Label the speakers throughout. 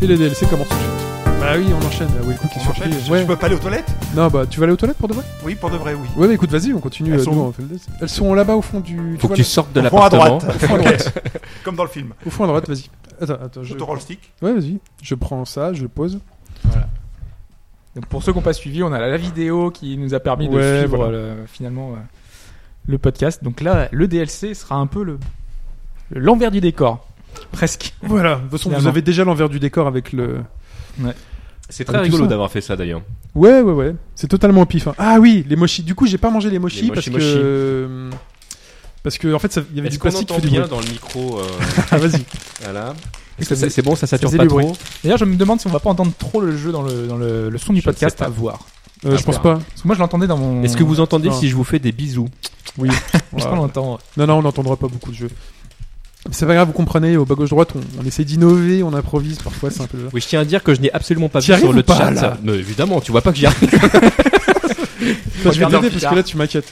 Speaker 1: les DLC commencent tout de suite. Bah oui, on enchaîne. Ah oui, le coup qui est
Speaker 2: On
Speaker 1: surpris.
Speaker 2: enchaîne. Je,
Speaker 1: Ouais.
Speaker 2: je peux pas aller aux toilettes
Speaker 1: Non, bah tu vas aller aux toilettes pour de vrai
Speaker 2: Oui, pour de vrai, oui.
Speaker 1: Ouais, bah écoute, vas-y, on continue.
Speaker 2: Elles
Speaker 1: euh,
Speaker 2: sont
Speaker 1: nous,
Speaker 2: où
Speaker 1: on fait le DLC. Elles sont là-bas au fond du.
Speaker 3: Faut que
Speaker 1: vois,
Speaker 3: tu sortes de
Speaker 2: On prend à
Speaker 3: l'appartement.
Speaker 2: droite,
Speaker 1: là- Au fond à droite.
Speaker 2: comme dans le film.
Speaker 1: au fond à droite, vas-y. Attends, attends, je.
Speaker 2: Je te rends le stick.
Speaker 1: Ouais, vas-y. Je prends ça, je le pose.
Speaker 4: Donc pour ceux qui n'ont pas suivi, on a la vidéo qui nous a permis de
Speaker 1: Ouais,
Speaker 4: suivre
Speaker 1: voilà.
Speaker 4: le- finalement euh, le podcast. Donc là, le DLC sera un peu le l'envers du décor, presque.
Speaker 1: Voilà. De toute façon, vous
Speaker 4: Finalement.
Speaker 1: avez déjà l'envers du décor avec le.
Speaker 3: C'est
Speaker 1: Ah,
Speaker 3: très
Speaker 1: tout
Speaker 3: rigolo
Speaker 1: ça.
Speaker 3: d'avoir fait ça d'ailleurs.
Speaker 1: Ouais, ouais, ouais. C'est totalement au pif. hein. Ah oui, les mochis. Du coup, j'ai pas mangé les mochis,
Speaker 3: Les
Speaker 1: parce
Speaker 3: mochis, mochis.
Speaker 1: que. euh, Parce que, en fait, ça- il y avait
Speaker 3: Est-ce
Speaker 1: du
Speaker 3: qu'on
Speaker 1: plastique qui
Speaker 3: entend
Speaker 1: fait du
Speaker 3: bien
Speaker 1: bruit.
Speaker 3: dans le micro euh,
Speaker 1: Ah, vas-y.
Speaker 3: Voilà.
Speaker 4: Est-ce
Speaker 3: C'est
Speaker 4: que
Speaker 3: c'est bon, ça sature
Speaker 4: faisait
Speaker 3: pas
Speaker 4: du bruit.
Speaker 3: trop.
Speaker 4: D'ailleurs, je me demande si on va pas entendre trop le jeu dans le, dans le, le son du
Speaker 3: Je ne
Speaker 4: podcast
Speaker 3: sais pas.
Speaker 4: à voir.
Speaker 1: Euh, je pense pas.
Speaker 4: Parce que moi, je l'entendais dans mon.
Speaker 3: Est-ce que vous entendez
Speaker 1: Non.
Speaker 3: si je vous fais des bisous
Speaker 4: Je
Speaker 1: Voilà.
Speaker 4: l'entend.
Speaker 1: Non, non, on n'entendra pas beaucoup de jeux. Mais C'est pas grave, vous comprenez, au bas gauche-droite, on, on essaie d'innover, on improvise, parfois c'est un peu... le-
Speaker 3: Oui, je tiens à dire que je n'ai absolument pas
Speaker 1: T'y
Speaker 3: vu sur
Speaker 1: arrives
Speaker 3: le
Speaker 1: ou pas,
Speaker 3: chat.
Speaker 1: là
Speaker 3: Mais évidemment, tu vois pas que j'y arrive.
Speaker 1: Toi, je vais
Speaker 4: Regarde un
Speaker 1: t'aider parce
Speaker 4: picard.
Speaker 1: que là tu m'inquiètes.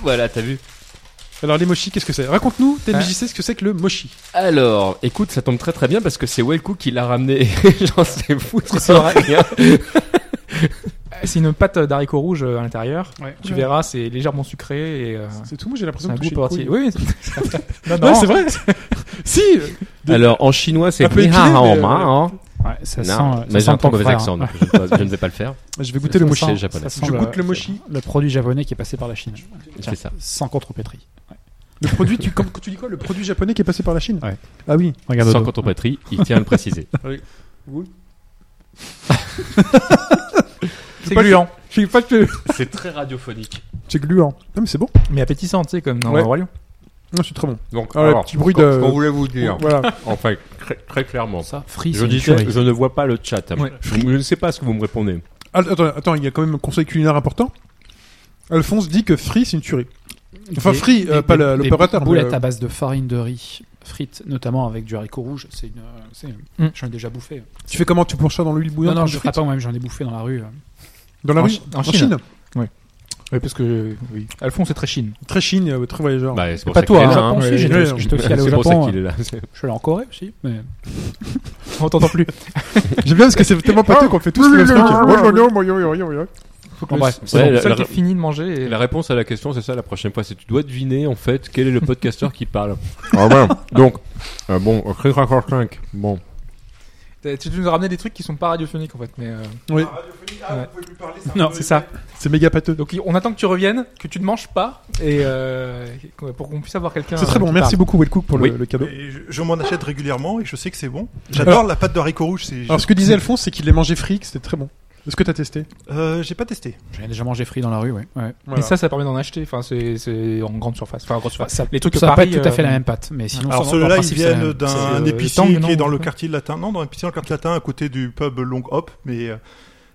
Speaker 3: voilà, t'as vu.
Speaker 1: Alors les mochis, qu'est-ce que c'est Raconte-nous, TMJC,
Speaker 4: Hein
Speaker 1: ce que c'est que le mochi.
Speaker 3: Alors, écoute, ça tombe très très bien parce que c'est Welcou qui l'a ramené. J'en sais foutre.
Speaker 4: C'est vrai.
Speaker 3: rien.
Speaker 4: C'est une pâte d'haricots rouges euh, à l'intérieur.
Speaker 1: Ouais.
Speaker 4: Tu verras, c'est légèrement sucré et euh,
Speaker 1: C'est tout, moi j'ai
Speaker 4: c'est
Speaker 1: l'impression
Speaker 4: un
Speaker 1: de
Speaker 4: goût
Speaker 1: toucher une
Speaker 4: particulier.
Speaker 1: couille.
Speaker 4: Oui, oui. non,
Speaker 1: Ouais,
Speaker 4: non.
Speaker 1: c'est vrai Si De-
Speaker 3: Alors, en chinois, c'est
Speaker 1: Un peu
Speaker 3: Ni
Speaker 1: éculé,
Speaker 3: hao
Speaker 1: mais,
Speaker 3: ma, hein.
Speaker 5: Ouais, ça
Speaker 3: Non,
Speaker 5: sent. euh,
Speaker 3: mais j'ai
Speaker 5: ça
Speaker 3: un très
Speaker 5: sent ton
Speaker 3: mauvais
Speaker 5: frère,
Speaker 3: accent,
Speaker 5: hein.
Speaker 3: donc je ne vais pas- je ne vais pas le faire.
Speaker 1: Je vais goûter le
Speaker 5: Ça
Speaker 1: mochi.
Speaker 5: sent-
Speaker 3: c'est japonais.
Speaker 5: ça sent
Speaker 1: Je
Speaker 5: le-
Speaker 1: goûte le mochi.
Speaker 5: Le produit japonais qui est passé par la Chine.
Speaker 3: Je fais ça.
Speaker 5: Sans contrepétrie.
Speaker 1: Le produit, tu, comme, tu dis quoi Le produit japonais qui est passé par la Chine
Speaker 5: Ouais.
Speaker 1: Ah oui.
Speaker 5: Regarde.
Speaker 3: Sans
Speaker 5: Dodo.
Speaker 3: contrepétrie, il tient à le préciser.
Speaker 4: C'est gluant.
Speaker 1: Je sais pas que...
Speaker 3: C'est très radiophonique.
Speaker 1: C'est gluant. Non mais c'est bon.
Speaker 4: Mais appétissant, tu sais, comme dans
Speaker 1: Ouais.
Speaker 4: le Roi Lion.
Speaker 1: Non, c'est très bon.
Speaker 3: Donc,
Speaker 1: Ah, le petit bruit de...
Speaker 3: ce qu'on voulait vous dire,
Speaker 1: Voilà.
Speaker 3: enfin, très, très clairement, ça.
Speaker 5: Free,
Speaker 3: Je
Speaker 5: c'est une
Speaker 3: disais,
Speaker 5: tuerie.
Speaker 3: je ne vois pas le chat.
Speaker 4: Ouais.
Speaker 3: Je, je ne sais pas ce que vous me répondez.
Speaker 1: Ah, Attends, attends, il y a quand même un conseil culinaire important. Alphonse dit que Free, c'est une tuerie. Enfin,
Speaker 5: Des-
Speaker 1: Free, euh,
Speaker 5: des-
Speaker 1: pas
Speaker 5: des-
Speaker 1: la-
Speaker 5: des
Speaker 1: l'opérateur. mais,
Speaker 5: Boulettes
Speaker 1: euh,
Speaker 5: à base de farine de riz frites, notamment avec du haricot rouge. C'est une. euh, c'est une-
Speaker 4: Mm.
Speaker 5: J'en ai déjà bouffé.
Speaker 1: Tu fais comment Tu plonges ça dans l'huile
Speaker 5: Non,
Speaker 1: bouillante
Speaker 5: non,
Speaker 1: comme
Speaker 5: je
Speaker 1: des
Speaker 5: ne ferai
Speaker 1: frites
Speaker 5: pas moi-même. J'en ai bouffé dans la rue. euh.
Speaker 1: Dans la
Speaker 4: En
Speaker 1: rue
Speaker 4: Chi- en
Speaker 1: En
Speaker 4: Chine.
Speaker 1: Chine
Speaker 4: Oui, parce que
Speaker 1: euh,
Speaker 4: oui. Alphonse est très chine.
Speaker 1: Très Chine, euh, très voyageur.
Speaker 3: Bah, c'est pour
Speaker 5: Pas
Speaker 3: ça
Speaker 5: toi,
Speaker 3: qu'il
Speaker 5: hein,
Speaker 3: est là,
Speaker 5: Japon,
Speaker 3: hein.
Speaker 5: si,
Speaker 1: ouais,
Speaker 5: j'étais-
Speaker 1: ouais.
Speaker 5: J'étais aussi allé au
Speaker 3: C'est pour ça
Speaker 5: Japon.
Speaker 3: qu'il
Speaker 4: hein.
Speaker 5: euh,
Speaker 3: est là.
Speaker 5: Je suis allé en Corée aussi. Mais...
Speaker 4: On t'entend plus.
Speaker 1: J'aime bien parce que c'est tellement pâteux qu'on fait tous le même truc. Ouais, ouais, ouais, ouais, ouais, ouais, ouais.
Speaker 4: Faut que
Speaker 3: En
Speaker 4: le-
Speaker 3: bref,
Speaker 4: c'est
Speaker 3: ouais,
Speaker 4: le
Speaker 3: la-
Speaker 4: seul
Speaker 3: la-
Speaker 4: qui est fini de manger.
Speaker 3: Et
Speaker 4: Et...
Speaker 3: La réponse à la question, c'est ça la prochaine fois. C'est tu dois deviner en fait quel est le podcasteur qui parle. Ah ben, donc, euh, bon, euh, Chris Raccord 5, bon.
Speaker 4: T'as- Tu nous as ramené des trucs qui sont pas radiophoniques en fait, mais euh,
Speaker 1: Oui,
Speaker 4: Ouais.
Speaker 2: ah, vous pouvez plus parler, ça
Speaker 4: c'est ça.
Speaker 1: c'est méga pâteux.
Speaker 4: Donc on attend que tu reviennes, que tu ne manges pas, et euh, qu'on- pour qu'on puisse avoir quelqu'un.
Speaker 1: Ah, C'est très
Speaker 4: euh,
Speaker 1: bon,
Speaker 4: qui
Speaker 1: merci
Speaker 4: parle.
Speaker 1: beaucoup Wellcook pour le
Speaker 3: Oui.
Speaker 1: le cadeau.
Speaker 2: Et je, je m'en achète régulièrement et je sais que c'est bon. J'adore la pâte de haricots rouges. c'est-
Speaker 1: Alors ce que disait Alphonse, c'est qu'il les mangeait fric, c'était très bon. Est-ce que t'as testé
Speaker 2: Euh, J'ai pas testé.
Speaker 5: J'en ai déjà mangé frites dans la rue. Ouais. ouais.
Speaker 4: Et ça, ça permet d'en acheter. Enfin, c'est c'est en grande surface. Enfin, en grosse surface.
Speaker 5: Ça,
Speaker 4: les trucs que
Speaker 5: ça va pas
Speaker 4: Paris,
Speaker 5: être tout à fait
Speaker 4: euh,
Speaker 5: la même pâte, mais sinon.
Speaker 2: Alors
Speaker 5: ça- en
Speaker 2: ceux-là, ils
Speaker 5: principe, c'est la
Speaker 2: viennent
Speaker 5: même.
Speaker 4: c'est,
Speaker 2: d'un
Speaker 4: euh,
Speaker 2: épicier
Speaker 4: Tang, non,
Speaker 2: qui est dans
Speaker 4: ou
Speaker 2: le
Speaker 4: quoi
Speaker 2: quartier latin. Non, dans un épicier dans le quartier latin, à côté du pub Long Hop, mais.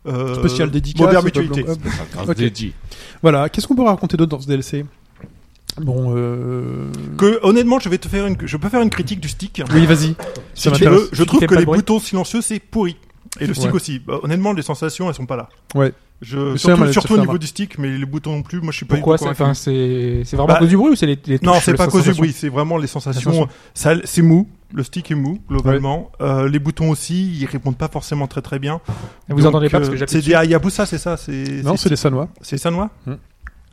Speaker 2: Euh,
Speaker 1: Spécial dédicace.
Speaker 2: Moderne
Speaker 1: au peuple
Speaker 2: mutualité.
Speaker 1: anglophone.
Speaker 3: Quand
Speaker 1: Ok.
Speaker 3: c'est dit.
Speaker 1: Voilà, qu'est-ce qu'on peut raconter d'autre dans ce DLC Bon, euh...
Speaker 2: Que, honnêtement, je vais te faire une, je peux faire une critique du stick.
Speaker 1: Oui, vas-y.
Speaker 2: Si
Speaker 1: Ça
Speaker 2: tu veux,
Speaker 1: m'intéresse.
Speaker 2: je
Speaker 4: Tu
Speaker 2: trouve
Speaker 4: fais
Speaker 2: que
Speaker 4: pas
Speaker 2: les
Speaker 4: de bruit.
Speaker 2: boutons silencieux, c'est pourri. Et le stick
Speaker 1: Ouais.
Speaker 2: aussi. Bah, honnêtement, les sensations, elles sont pas là.
Speaker 1: Ouais.
Speaker 2: Je,
Speaker 1: Mais ça,
Speaker 2: surtout
Speaker 1: mais ça
Speaker 2: surtout
Speaker 1: fait
Speaker 2: au
Speaker 1: mal.
Speaker 2: niveau du stick, mais les boutons non plus, moi je suis pas
Speaker 4: Pourquoi
Speaker 2: du tout
Speaker 4: c'est-
Speaker 2: convaincu.
Speaker 4: enfin, C'est c'est vraiment
Speaker 2: Bah,
Speaker 4: à cause du bruit ou c'est les, euh, les
Speaker 2: Non,
Speaker 4: touches,
Speaker 2: c'est
Speaker 4: la
Speaker 2: pas à cause du
Speaker 4: sensation
Speaker 2: bruit, c'est vraiment les sensations.
Speaker 4: sensation.
Speaker 2: Ça, c'est mou, le stick est mou, globalement. Euh, les boutons aussi, ils répondent pas forcément très très bien.
Speaker 4: Vous
Speaker 2: Donc,
Speaker 4: entendez pas
Speaker 2: euh,
Speaker 4: parce que
Speaker 2: C'est
Speaker 4: j'appuie.
Speaker 2: des Hayabusa, c'est ça c'est,
Speaker 1: Non, c'est
Speaker 2: c'est,
Speaker 1: des Sanois.
Speaker 2: c'est Sanois
Speaker 1: Hmm.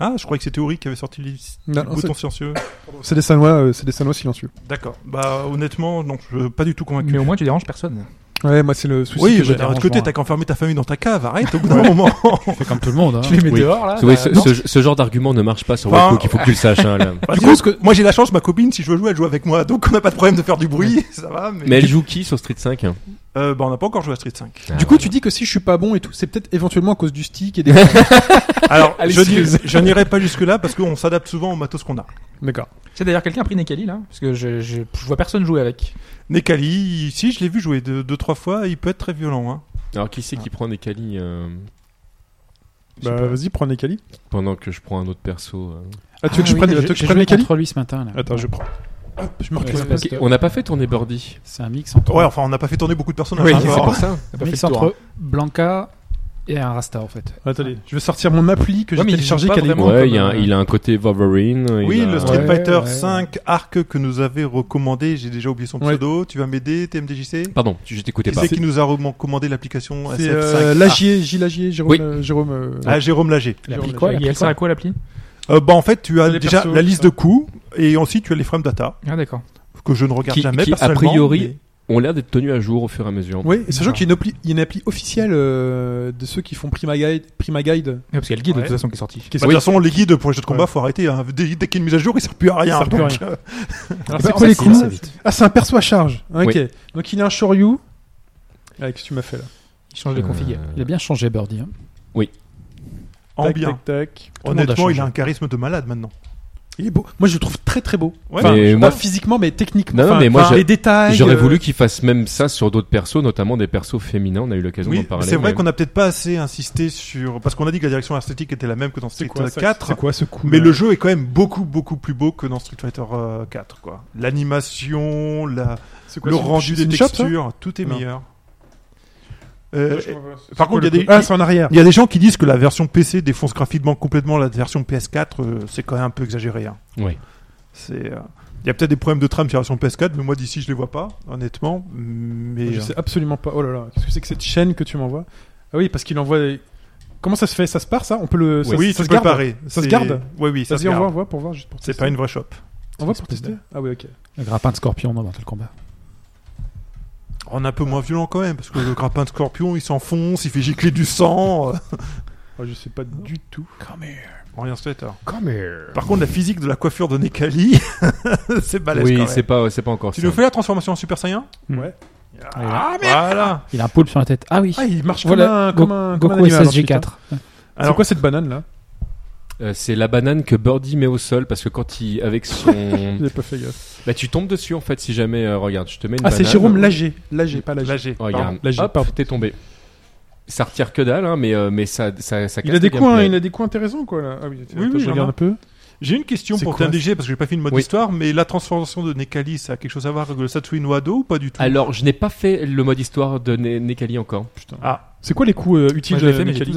Speaker 2: Ah, je croyais que c'était Ori qui avait sorti les, les
Speaker 1: Non, non,
Speaker 2: boutons silencieux.
Speaker 1: C'est des Sanois, euh, c'est des Sanois silencieux.
Speaker 2: D'accord. Bah, honnêtement, non, je suis pas du tout convaincu.
Speaker 4: Mais au moins tu déranges personne.
Speaker 1: Ouais, moi c'est le souci
Speaker 2: Oui,
Speaker 1: que
Speaker 2: mais
Speaker 1: j'ai.
Speaker 2: d'un autre
Speaker 5: dérange
Speaker 2: côté,
Speaker 5: moins.
Speaker 2: t'as qu'enfermé ta famille dans ta cave, arrête au bout d'un moment.
Speaker 5: Je fais comme tout le monde. hein.
Speaker 4: Tu les mets
Speaker 3: Oui.
Speaker 4: dehors là.
Speaker 3: Oui,
Speaker 4: bah,
Speaker 3: ce,
Speaker 4: non.
Speaker 3: ce- ce genre d'argument ne marche pas sur
Speaker 2: Enfin,
Speaker 3: Webcook, il faut que tu le saches. hein, là.
Speaker 2: Bah, disons que moi j'ai la chance, ma copine, si je veux jouer, elle joue avec moi, donc on n'a pas de problème de faire du bruit, ça va. Mais,
Speaker 3: Mais elle joue qui sur Street 5 hein
Speaker 2: Euh, bah, on n'a pas encore joué à Street 5.
Speaker 1: Du coup, tu dis que si je suis pas bon et tout, c'est peut-être éventuellement à cause du stick et des.
Speaker 2: Alors,
Speaker 4: Allez,
Speaker 2: je,
Speaker 4: excuse.
Speaker 2: dis- je n'irai pas jusque là parce qu'on s'adapte souvent au matos qu'on a.
Speaker 1: D'accord.
Speaker 4: Tu sais d'ailleurs quelqu'un a pris Nekali là parce que je, je, je vois personne jouer avec.
Speaker 2: Nekali, ici, je l'ai vu jouer deux, deux trois fois, il peut être très violent. Hein.
Speaker 3: Alors, qui c'est qui
Speaker 5: Ah.
Speaker 3: prend des calis euh,
Speaker 1: Bah vas-y, prends les Cali.
Speaker 3: pendant que je prends un autre perso euh
Speaker 1: Ah, tu veux que je
Speaker 5: oui,
Speaker 1: prenne, tu
Speaker 5: j'ai-
Speaker 1: veux que je
Speaker 5: j'ai
Speaker 1: prenne
Speaker 5: joué
Speaker 1: les Cali
Speaker 5: contre lui ce matin. là.
Speaker 1: Attends, je prends. Hop, je me
Speaker 5: Ouais,
Speaker 1: recule.
Speaker 5: espèce
Speaker 3: Ok,
Speaker 5: de-
Speaker 3: On n'a pas fait tourner Birdie.
Speaker 5: C'est un mix entre.
Speaker 4: Ah,
Speaker 2: Ouais, enfin, on n'a pas fait tourner beaucoup de personnages.
Speaker 3: Oui,
Speaker 2: hein.
Speaker 3: c'est
Speaker 2: Alors,
Speaker 3: pour ça.
Speaker 4: T'as
Speaker 5: Un
Speaker 4: pas fait
Speaker 5: mix
Speaker 4: le tour, hein.
Speaker 5: entre Blanca et un Rasta en fait.
Speaker 1: Attendez, je vais sortir mon appli que j'ai
Speaker 4: Ouais, mais ils
Speaker 1: téléchargé
Speaker 4: jouent pas
Speaker 1: qui a les
Speaker 4: vraiment
Speaker 1: noms
Speaker 3: Ouais,
Speaker 1: comme,
Speaker 3: il, y a un-
Speaker 1: euh,
Speaker 3: il a un côté Wolverine. il
Speaker 2: Oui, bah,
Speaker 3: a-
Speaker 2: le Street
Speaker 5: Ouais,
Speaker 2: Fighter
Speaker 5: ouais.
Speaker 2: 5 arc que nous avait recommandé, j'ai déjà oublié son
Speaker 1: Ouais.
Speaker 2: pseudo, tu vas m'aider, TMDJC
Speaker 3: Pardon, tu- je t'écoutais
Speaker 2: Qui
Speaker 3: pas.
Speaker 2: c'est qui nous a recommandé l'application
Speaker 1: C'est
Speaker 2: SF5
Speaker 1: euh, Lagier, Gilles Lagier, Jérôme.
Speaker 3: Oui.
Speaker 1: euh, Jérôme euh,
Speaker 2: Ah, Jérôme Lager.
Speaker 1: Jérôme
Speaker 5: L'appli
Speaker 1: Lagier.
Speaker 5: quoi
Speaker 4: Et elle sert à quoi l'appli
Speaker 2: Euh, bah, en fait, tu as
Speaker 1: Les
Speaker 2: déjà
Speaker 1: persos,
Speaker 2: la
Speaker 1: tout
Speaker 2: liste
Speaker 1: ça.
Speaker 2: de coups, et ensuite tu as les frames data,
Speaker 4: Ah d'accord.
Speaker 2: que je ne regarde
Speaker 3: Qui-
Speaker 2: jamais
Speaker 3: qui, a
Speaker 2: personnellement,
Speaker 3: priori,
Speaker 2: mais-
Speaker 3: On a l'air d'être tenu à jour au fur et à mesure.
Speaker 1: Oui, et sachant qu'il y a une appli, il y a une appli officielle euh, de ceux qui font Prima Guide, Prima Guide
Speaker 4: Ouais, parce qu'il y a le guide
Speaker 2: Ouais.
Speaker 4: de toute façon qui est sorti.
Speaker 1: qui est
Speaker 2: Bah, de toute façon, les guides pour les jeux de combat, faut arrêter. hein. Dès, dès qu'il y a une mise à jour, ils servent plus à rien.
Speaker 1: Ils servent plus à
Speaker 2: donc, euh,
Speaker 1: Alors, c'est quoi bah, les coups Ah, c'est un perso à charge. Ok.
Speaker 3: Oui.
Speaker 1: Donc il a un Shoryu. Ah, qu'est-ce que tu m'as fait là
Speaker 5: Il change de
Speaker 3: Euh,
Speaker 5: config. Il a bien changé Birdie. hein.
Speaker 2: en
Speaker 1: Tac,
Speaker 2: bien.
Speaker 1: tac, tac.
Speaker 5: le monde a
Speaker 2: Honnêtement,
Speaker 5: changé.
Speaker 2: il a un charisme de malade maintenant.
Speaker 1: Il est beau. Moi, je le trouve très très beau.
Speaker 2: Ouais.
Speaker 1: Enfin,
Speaker 3: Mais
Speaker 1: pas
Speaker 3: moi-
Speaker 1: physiquement, mais techniquement.
Speaker 3: Non, non,
Speaker 1: Enfin,
Speaker 3: mais moi,
Speaker 1: enfin,
Speaker 3: j'ai-
Speaker 1: les détails.
Speaker 3: J'aurais
Speaker 1: euh,
Speaker 3: voulu qu'il fasse même ça sur d'autres persos, notamment des persos féminins. On a eu l'occasion d'en
Speaker 2: Oui,
Speaker 3: parler.
Speaker 2: c'est vrai
Speaker 3: mais-
Speaker 2: qu'on n'a peut-être pas assez insisté sur. Parce qu'on a dit que la direction esthétique était la même que dans Street
Speaker 1: C'est quoi ça
Speaker 2: 4.
Speaker 1: C'est quoi ce coup
Speaker 2: Mais le jeu est quand même beaucoup, beaucoup plus beau que dans Street Fighter euh, 4. quoi. L'animation, la- le rendu des textures, tout est
Speaker 1: Non.
Speaker 2: meilleur. Euh, par contre, il y a des-
Speaker 1: Ah, c'est en arrière.
Speaker 2: il y a des gens qui disent que la version PC défonce graphiquement complètement la version PS4. euh, c'est quand même un peu exagéré. hein.
Speaker 3: Ouais.
Speaker 2: C'est, euh, Il y a peut-être des problèmes de trame sur la version PS4, mais moi d'ici je les vois pas, honnêtement. Mais euh,
Speaker 1: Je sais absolument pas. Oh là là, qu'est-ce que c'est que cette chaîne que tu m'envoies Ah oui, parce qu'il envoie. Comment ça se fait Ça se part ça On peut le.
Speaker 2: euh,
Speaker 1: ça-
Speaker 2: oui,
Speaker 1: ça
Speaker 2: tu
Speaker 1: se
Speaker 2: peux le
Speaker 1: garde
Speaker 2: parer.
Speaker 1: Ça se
Speaker 2: C'est-
Speaker 1: garde
Speaker 2: Oui, oui, ça se
Speaker 1: Vas-y,
Speaker 2: garde.
Speaker 1: envoie, envoie pour voir. juste pour
Speaker 2: C'est
Speaker 1: tester.
Speaker 2: pas une vraie shop.
Speaker 1: Envoie pour
Speaker 5: Espèce de-
Speaker 1: tester. Ah oui, ok.
Speaker 5: Le grappin de scorpion dans Mortal Kombat.
Speaker 2: On est un peu moins violent quand même, parce que le grappin de scorpion, il s'enfonce, il fait gicler du sang. euh,
Speaker 1: Oh, je sais pas du tout.
Speaker 5: Come here.
Speaker 2: Rien Slater.
Speaker 3: Come here.
Speaker 2: Par contre, la physique de la coiffure de Nekali, c'est balèze
Speaker 3: Oui,
Speaker 2: quand
Speaker 3: c'est
Speaker 2: même.
Speaker 3: pas, c'est pas encore
Speaker 2: Tu
Speaker 3: ça.
Speaker 2: nous fais la transformation en Super Saiyan
Speaker 1: Ouais.
Speaker 2: Ah, Voilà
Speaker 5: Il a un poulpe sur la tête. Ah oui.
Speaker 1: Ah, il marche
Speaker 5: Voilà. Go-
Speaker 1: comme un. Comme un, comme un
Speaker 5: Goku
Speaker 1: animal, ensuite, hein.
Speaker 5: SSG4.
Speaker 1: C'est
Speaker 2: Alors,
Speaker 1: quoi cette banane là
Speaker 3: Euh, c'est la banane que Birdie met au sol parce que quand il, avec son,
Speaker 1: J'ai pas fait gaffe.
Speaker 3: bah tu tombes dessus en fait si jamais. euh, regarde, je te mets une
Speaker 1: Ah, c'est
Speaker 3: banane.
Speaker 1: Jérôme Lager. Lager, pas Lager.
Speaker 2: Lager.
Speaker 3: Oh, Regarde,
Speaker 1: Là, j'ai-
Speaker 3: hop,
Speaker 1: pardon.
Speaker 3: t'es tombé. Ça retire que dalle, hein, mais euh, mais ça, ça, ça
Speaker 1: Il
Speaker 3: casse
Speaker 1: a des
Speaker 3: le
Speaker 1: coins, hein,
Speaker 3: gameplay.
Speaker 1: il a des coins intéressants quoi là. Ah oui,
Speaker 2: Oui,
Speaker 1: attends,
Speaker 2: oui,
Speaker 1: je regarde
Speaker 2: j'en ai.
Speaker 1: un peu.
Speaker 2: J'ai une question
Speaker 1: C'est
Speaker 2: pour
Speaker 1: quoi
Speaker 2: TMDG, parce que j'ai pas fait une mode
Speaker 3: Oui.
Speaker 2: d'histoire, mais la transformation de Nekali, ça a quelque chose à voir avec le Satsui no Ado ou pas du tout
Speaker 3: Alors, je n'ai pas fait le mode histoire de Ne- Nekali encore.
Speaker 1: Putain.
Speaker 2: Ah.
Speaker 1: C'est quoi les coups euh, utiles
Speaker 4: Moi, je l'ai
Speaker 1: de
Speaker 4: fait, mais j'ai
Speaker 1: Nekali
Speaker 4: tout